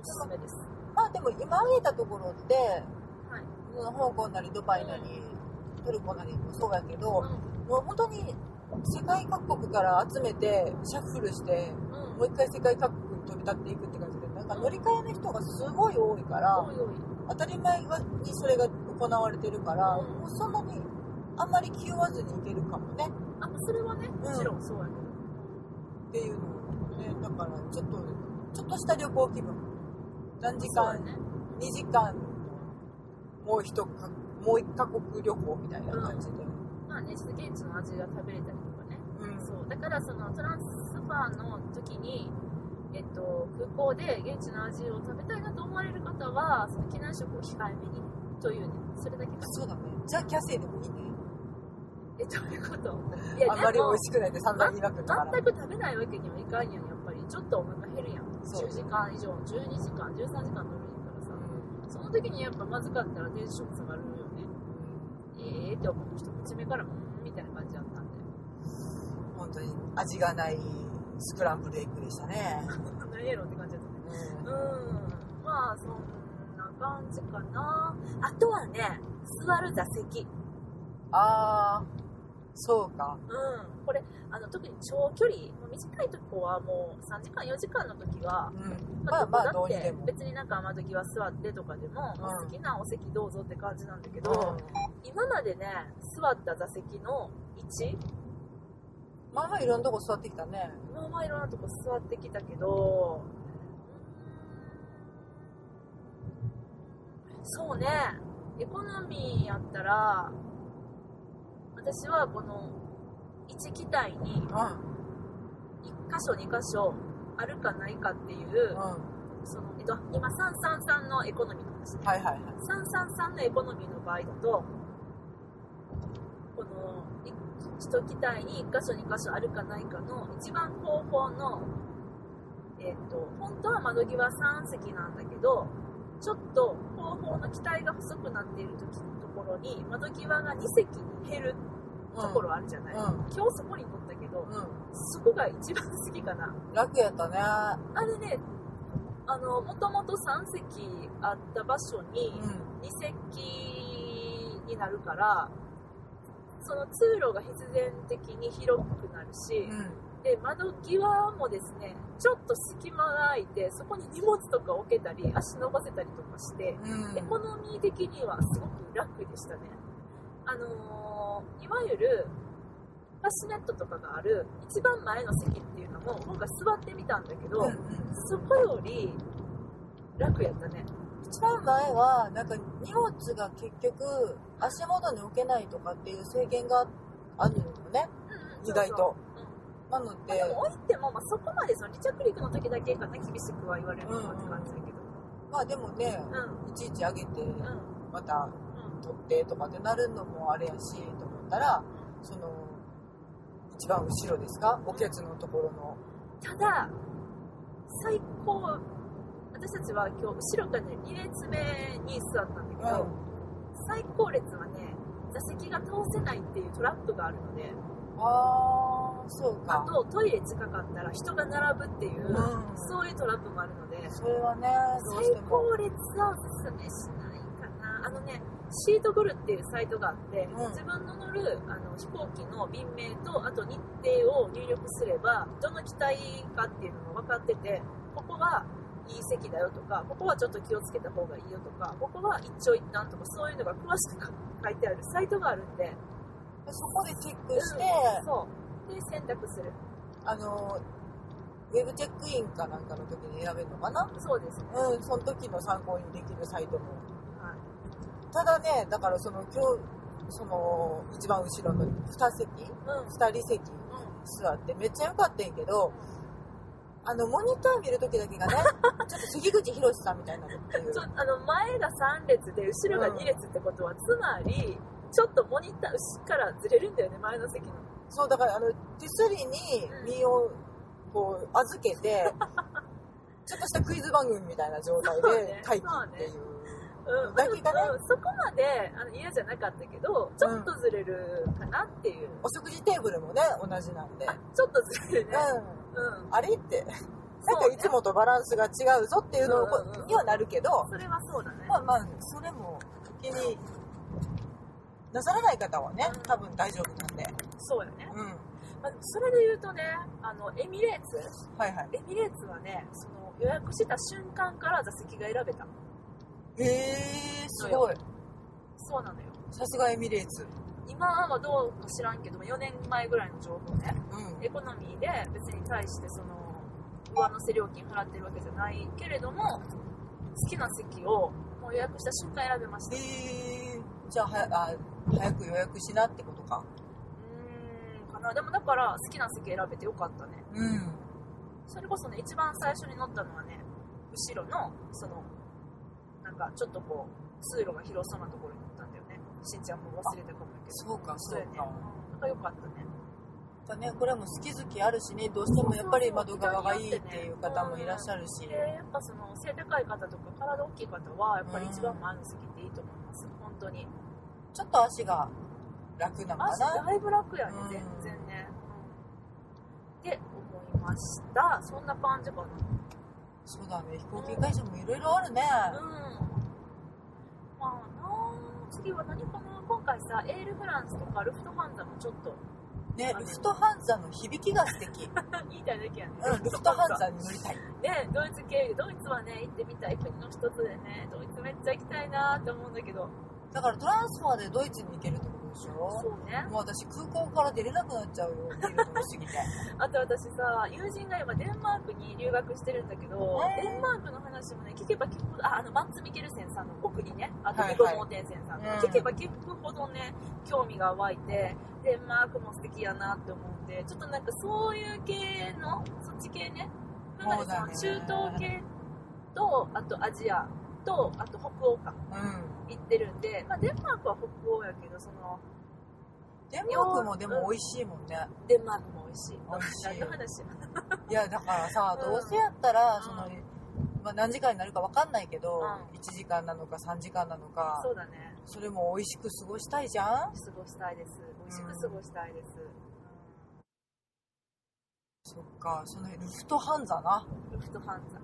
おすすめですまあでも今挙げたところって、はいその香港なりドバイなり、トルコなりもそうやけど、もう本当に世界各国から集めてシャッフルしてうん、うんもう一回世界各国に飛び立っていくって感じでなんか乗り換えの人がすごい多いからおいおい当たり前にそれが行われてるから、うんもうそんなにあんまり気負わずに行けるかもねあそれはねもちろんそうやけど、っていうのをねだからちょっとちょっとした旅行気分何時そう間やね2時間もう一かもう一カ国旅行みたいな感じで、まあね現地の味が食べれたりとかねうんそうだからそのトランスファーの時に、えっと、空港で現地の味を食べたいなと思われる方はその機内食を控えめにというねそれだけかそうだねじゃあキャセイでもいいねえどういうこといやあんまり美も味しくないで散々言いまくったから全く食べないわけにはいかんやんやっぱりちょっとお腹減るやんそ10う時間以上12時間13時間乗るんやからさその時にやっぱまずかったらテンション下がるよねええって思う人口目からうーんみたいな感じだったんでうん本当に味がないスクランブルエッグでしたね、 何やろって感じだったねうんまあそんな感じかなあとはね座る座席ああそうかうんこれあの特に長距離もう短いとこはもう3時間4時間の時はうんまあまあどどこうだっにでても、別になんか雨時は座ってとかでも、んもう好きなお席どうぞって感じなんだけうど、ん、今までね座った座席の位置まあまあいろんなとこ座ってきたねまあまあいろんなとこ座ってきたけどうーんそうねエコノミーやったら私はこの1機体にうんうん1箇所2箇所あるかないかっていうはその、えっと、今333のエコノミーの話ねいはいはい333のエコノミーの場合だとこのい一機体に1箇所2箇所あるかないかの一番後方のえっ、と本当は窓際3席なんだけどちょっと後方の機体が細くなっている時のところに窓際が2席に減るところあるじゃない、うん今日そこに乗ったけどうん、そこが一番好きかな楽やったねあれねあのもともと3席あった場所にうん2席になるからその通路が必然的に広くなるし、うんで窓際もですねちょっと隙間が空いてそこに荷物とか置けたり足伸ばせたりとかしてうんエコノミー的にはすごく楽でしたね。あのーいわゆるファシネットとかがある一番前の席っていうのも今回座ってみたんだけど、うんうんそこより楽やったね。一番前はなんか荷物が結局足元に置けないとかっていう制限があるのよね意外とそうそう。なのうんまあ、ででも置いても、まあ、そこまでその離着陸の時だけかな厳しくは言われるのかって感じだけど。まあでもねうんいちいち上げてうんまたうん取ってとかってなるのもあれやしと思ったらその一番後ろですかおけつのところのただ最高私たちは今日後ろからね2列目に座ったんだけど、最高列はね座席が通せないっていうトラップがあるのでああそうあかとトイレ近かったら人が並ぶっていう、うんそういうトラップもあるのでそれはねどう最しても高列はおすすめしないかなあのねシートグルっていうサイトがあって、うん自分の乗るあの飛行機の便名とあと日程を入力すればどの機体かっていうのも分かっててここはいい席だよとかここはちょっと気をつけた方がいいよとかここは一長一短とかそういうのが詳しく書いてあるサイトがあるんでそこでチェックしてうんそうで選択するあのウェブチェックインかなんかの時に選べるのかなそうですね、うん、その時の参考にできるサイトはいも。ただね、だからその今日、その一番後ろの2う席、ん2人席座ってめっちゃ良かったんやけど、あの、モニター見る時だけがね、 ちょっと関口博さんみたいになるっていうちょ。あの前が3列で後ろが2列ってことは、つまりちょっとモニター後からずれるんだよね前の席のそう、だからあの、手すりに身をこう預けて、ちょっとしたクイズ番組みたいな状そ態うでね待機っていう。うんだけがねうんそこまであの嫌じゃなかったけどちょっとずれるかなっていう、お食事テーブルもね、同じなんで。あちょっとずれるねうん。うんあれって、なんそうかねいつもとバランスが違うぞっていうのうんうんうんにはなるけど、それはそうだねまあまあ、それも気になさらない方はねうん、多分大丈夫なんで。そうよね、うん。まあ、それで言うとねあのエミレーツはいはい。エミレーツはねその予約した瞬間から座席が選べたへえー、すごい。そうなのよさすがエミレーツ。今はどうか知らんけども4年前ぐらいの情報ねうん。エコノミーで別に対してその上乗せ料金払ってるわけじゃないけれども好きな席をもう予約した瞬間選べましたうえー、じゃあはやあ、早く予約しなってことか。ーんかなでもだから好きな席選べてよかったねうん。それこそね一番最初に乗ったのはね後ろのそのなんかちょっとこう通路が広そうなところに乗ったんだよねしんちゃんも忘れたかもやけどそうか、そそううやねか。なんかよかったねじゃあね、これも好き好きあるしね、どうしてもやっぱり窓側がいいっていう方もいらっしゃるしで。やっぱその背高い方とか体大きい方はやっぱり一番前の席っていいと思います、本当にちょっと足が楽なのか足な。だいぶ楽やねうん全然ね、って思いましたそんな感じかそうだね、飛行機会社もいろいろあるね。なうんまあな次は何かな今回さエールフランスとかルフトハンザもちょっとね、ルフトハンザの響きが素敵。言いたいだけやねうん、ルフトハンザに乗りたい。ねドイツ経由ドイツはね行ってみたい国の一つでねドイツめっちゃ行きたいなって思うんだけどだからトランスファーでドイツに行けるってことでしそょうねもう私空港から出れなくなっちゃうよ、ビール飲みすぎて。あと私さ友人が今デンマークに留学してるんだけど、えーデンマークの話もね聞けば聞くほどああのマッツ・ミケルセンさんの国にねあとはいはいニコ・モーテンセンさんの、うん聞けば聞くほどね興味が湧いてデンマークも素敵やなって思ってちょっとなんかそういう系のそっち系ね今までその中そう東だね系とあとアジアとあと北欧かうん。行ってるんで、まあ、デンマークは北欧やけどそのデンマークもでも美味しいもんね。デンマークも美味しい美味し何いの話いや、だからさ、うんどうせやったら、そのうん、まあ何時間になるかわかんないけど、う1時間なのか3時間なのかそ、うだねそれも美味しく過ごしたいじゃん過ごしたいです美味しく過ごしたいです、そっか、そのルフトハンザな。ルフトハンザ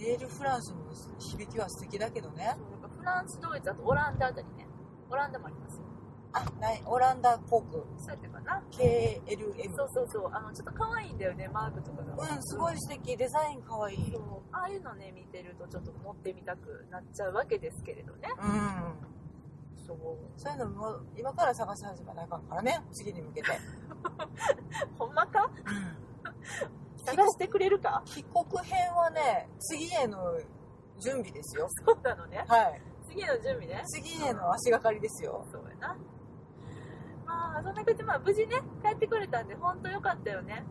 えネイルフランスの響きは素敵だけどねそうなんかフランス、ドイツ、あとオランダあたりね。オランダもありますよ。あないオランダ航空そうやったかな。 KLM そうそうそう。あの、ちょっと可愛いんだよね、マークとかが。うんすごい素敵デザインかわいいそう。ああいうのね、見てるとちょっと乗ってみたくなっちゃうわけですけれどね。うんそう。そういうのも今から探し始めなあかんからね次に向けてほんまか探してくれるか帰国編はね次への準備ですよそうなのね。はい次の準備ね。次への足がかりですよそうやな。まあ、そんな感じで、まあ、無事ね、帰ってこれたんで、ほんとよかったよね。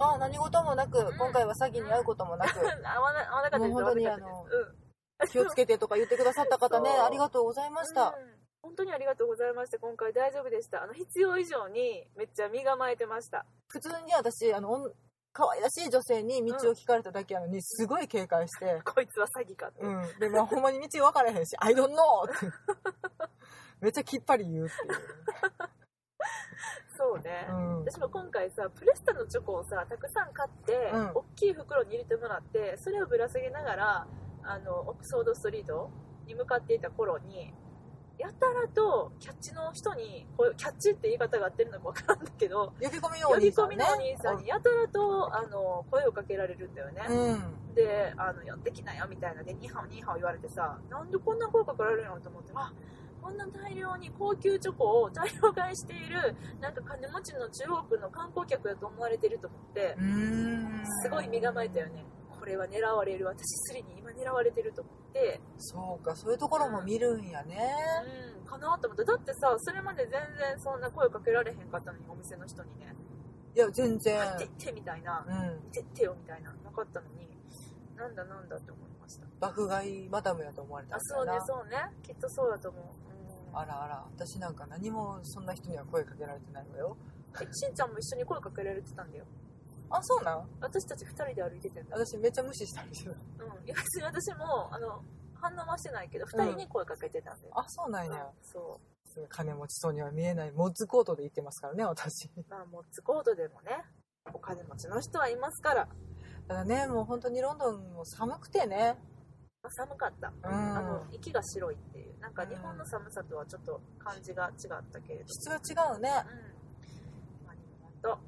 ああ何事もなく、ん今回は詐欺に遭うこともな く合わな合わなかったですもう本当に合わなかったですうん。 気をつけてとか言ってくださった方ねそうありがとうございました、うん本当にありがとうございました。今回大丈夫でした。あの、必要以上にめっちゃ身構えてました。普通に私あのおん可愛らしい女性に道を聞かれただけやのにすごい警戒して、こいつは詐欺かって。う んでまあ、ほんまに道分からへんし「I don't know」ってめっちゃきっぱり言うっていう、そうね。うん、私も今回さプレスタのチョコをさたくさん買って、うん大きい袋に入れてもらってそれをぶら下げながらあのオックソードストリートに向かっていた頃にやたらとキャッチの人にこうキャッチって言い方が合ってるのか分からんだけど呼び込みのお呼び兄さ込んみねのお兄さんにやたらとあの声をかけられるんだよね、うんであの寄ってきなよみたいなでニーハオニーハオ言われてさなんでこんな声かけられるのと思ってあこんな大量に高級チョコを大量買いしているなんか金持ちの中国の観光客だと思われてると思ってうーんすごい身構えたよねこれは狙われる私スリに今狙われてると思ってそうかそういうところも見るんやね、うんかなと思ってだってさそれまで全然そんな声かけられへんかったのにお店の人にねいや「全然入ってって」みたいなうん「見てってよ」みたいななかったのになんだなんだって思いました爆買いマダムやと思われたあんだそうよなねそうねきっとそうだと思う、うん、あらあら私なんか何もそんな人には声かけられてないわよえしんちゃんも一緒に声かけられてたんだよあそうなん私たち2人で歩いててんだ私めっちゃ無視したんですようんいや別に私もあの反応はしてないけど2人に声かけてたんだよ、あそうなんやそ金持ちそうには見えないモッズコートで行ってますからね私うまあモッツコードでもねお金持ちの人はいますから、ただねもう本当にロンドンも寒くてねまあ、寒かった、うんあの息が白いっていうなんか日本の寒さとはちょっと感じが違ったけれど質が違うねうんまあでも本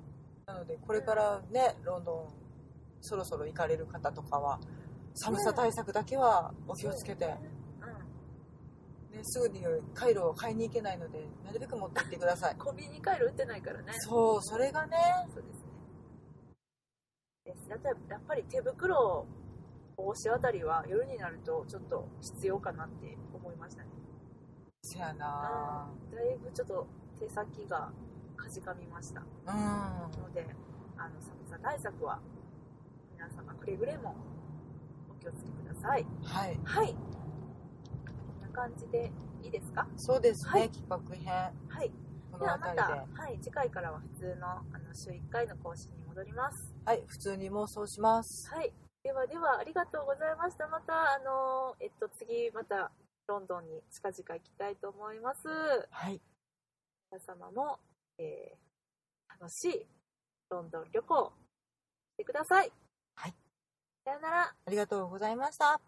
当なのでこれからねロンドンそろそろ行かれる方とかは寒さ対策だけはお気をつけて、うんね、すぐにカイロを買いに行けないのでなるべく持って行ってくださいコンビニ回路売ってないからねそうそれがねそうですね。です。やっぱりやっぱり手袋、帽子あたりは夜になるとちょっと必要かなって思いましたね。せやなだいぶちょっと手先がかじかみましたうんので、あの寒さ対策は皆様くれぐれもお気をつけください。はいはい。こんな感じでいいですかそうですね、はい企画編はい。こでのは辺まりた、ではい、次回からは普通のあの週1回の更新に戻ります。はい普通に妄想しますはい。ではでは、ありがとうございました。また、あのーえっと、次、また、ロンドンに近々行きたいと思います。はい皆様も、えー楽しいロンドン旅行、してください。はい。さよなら。ありがとうございました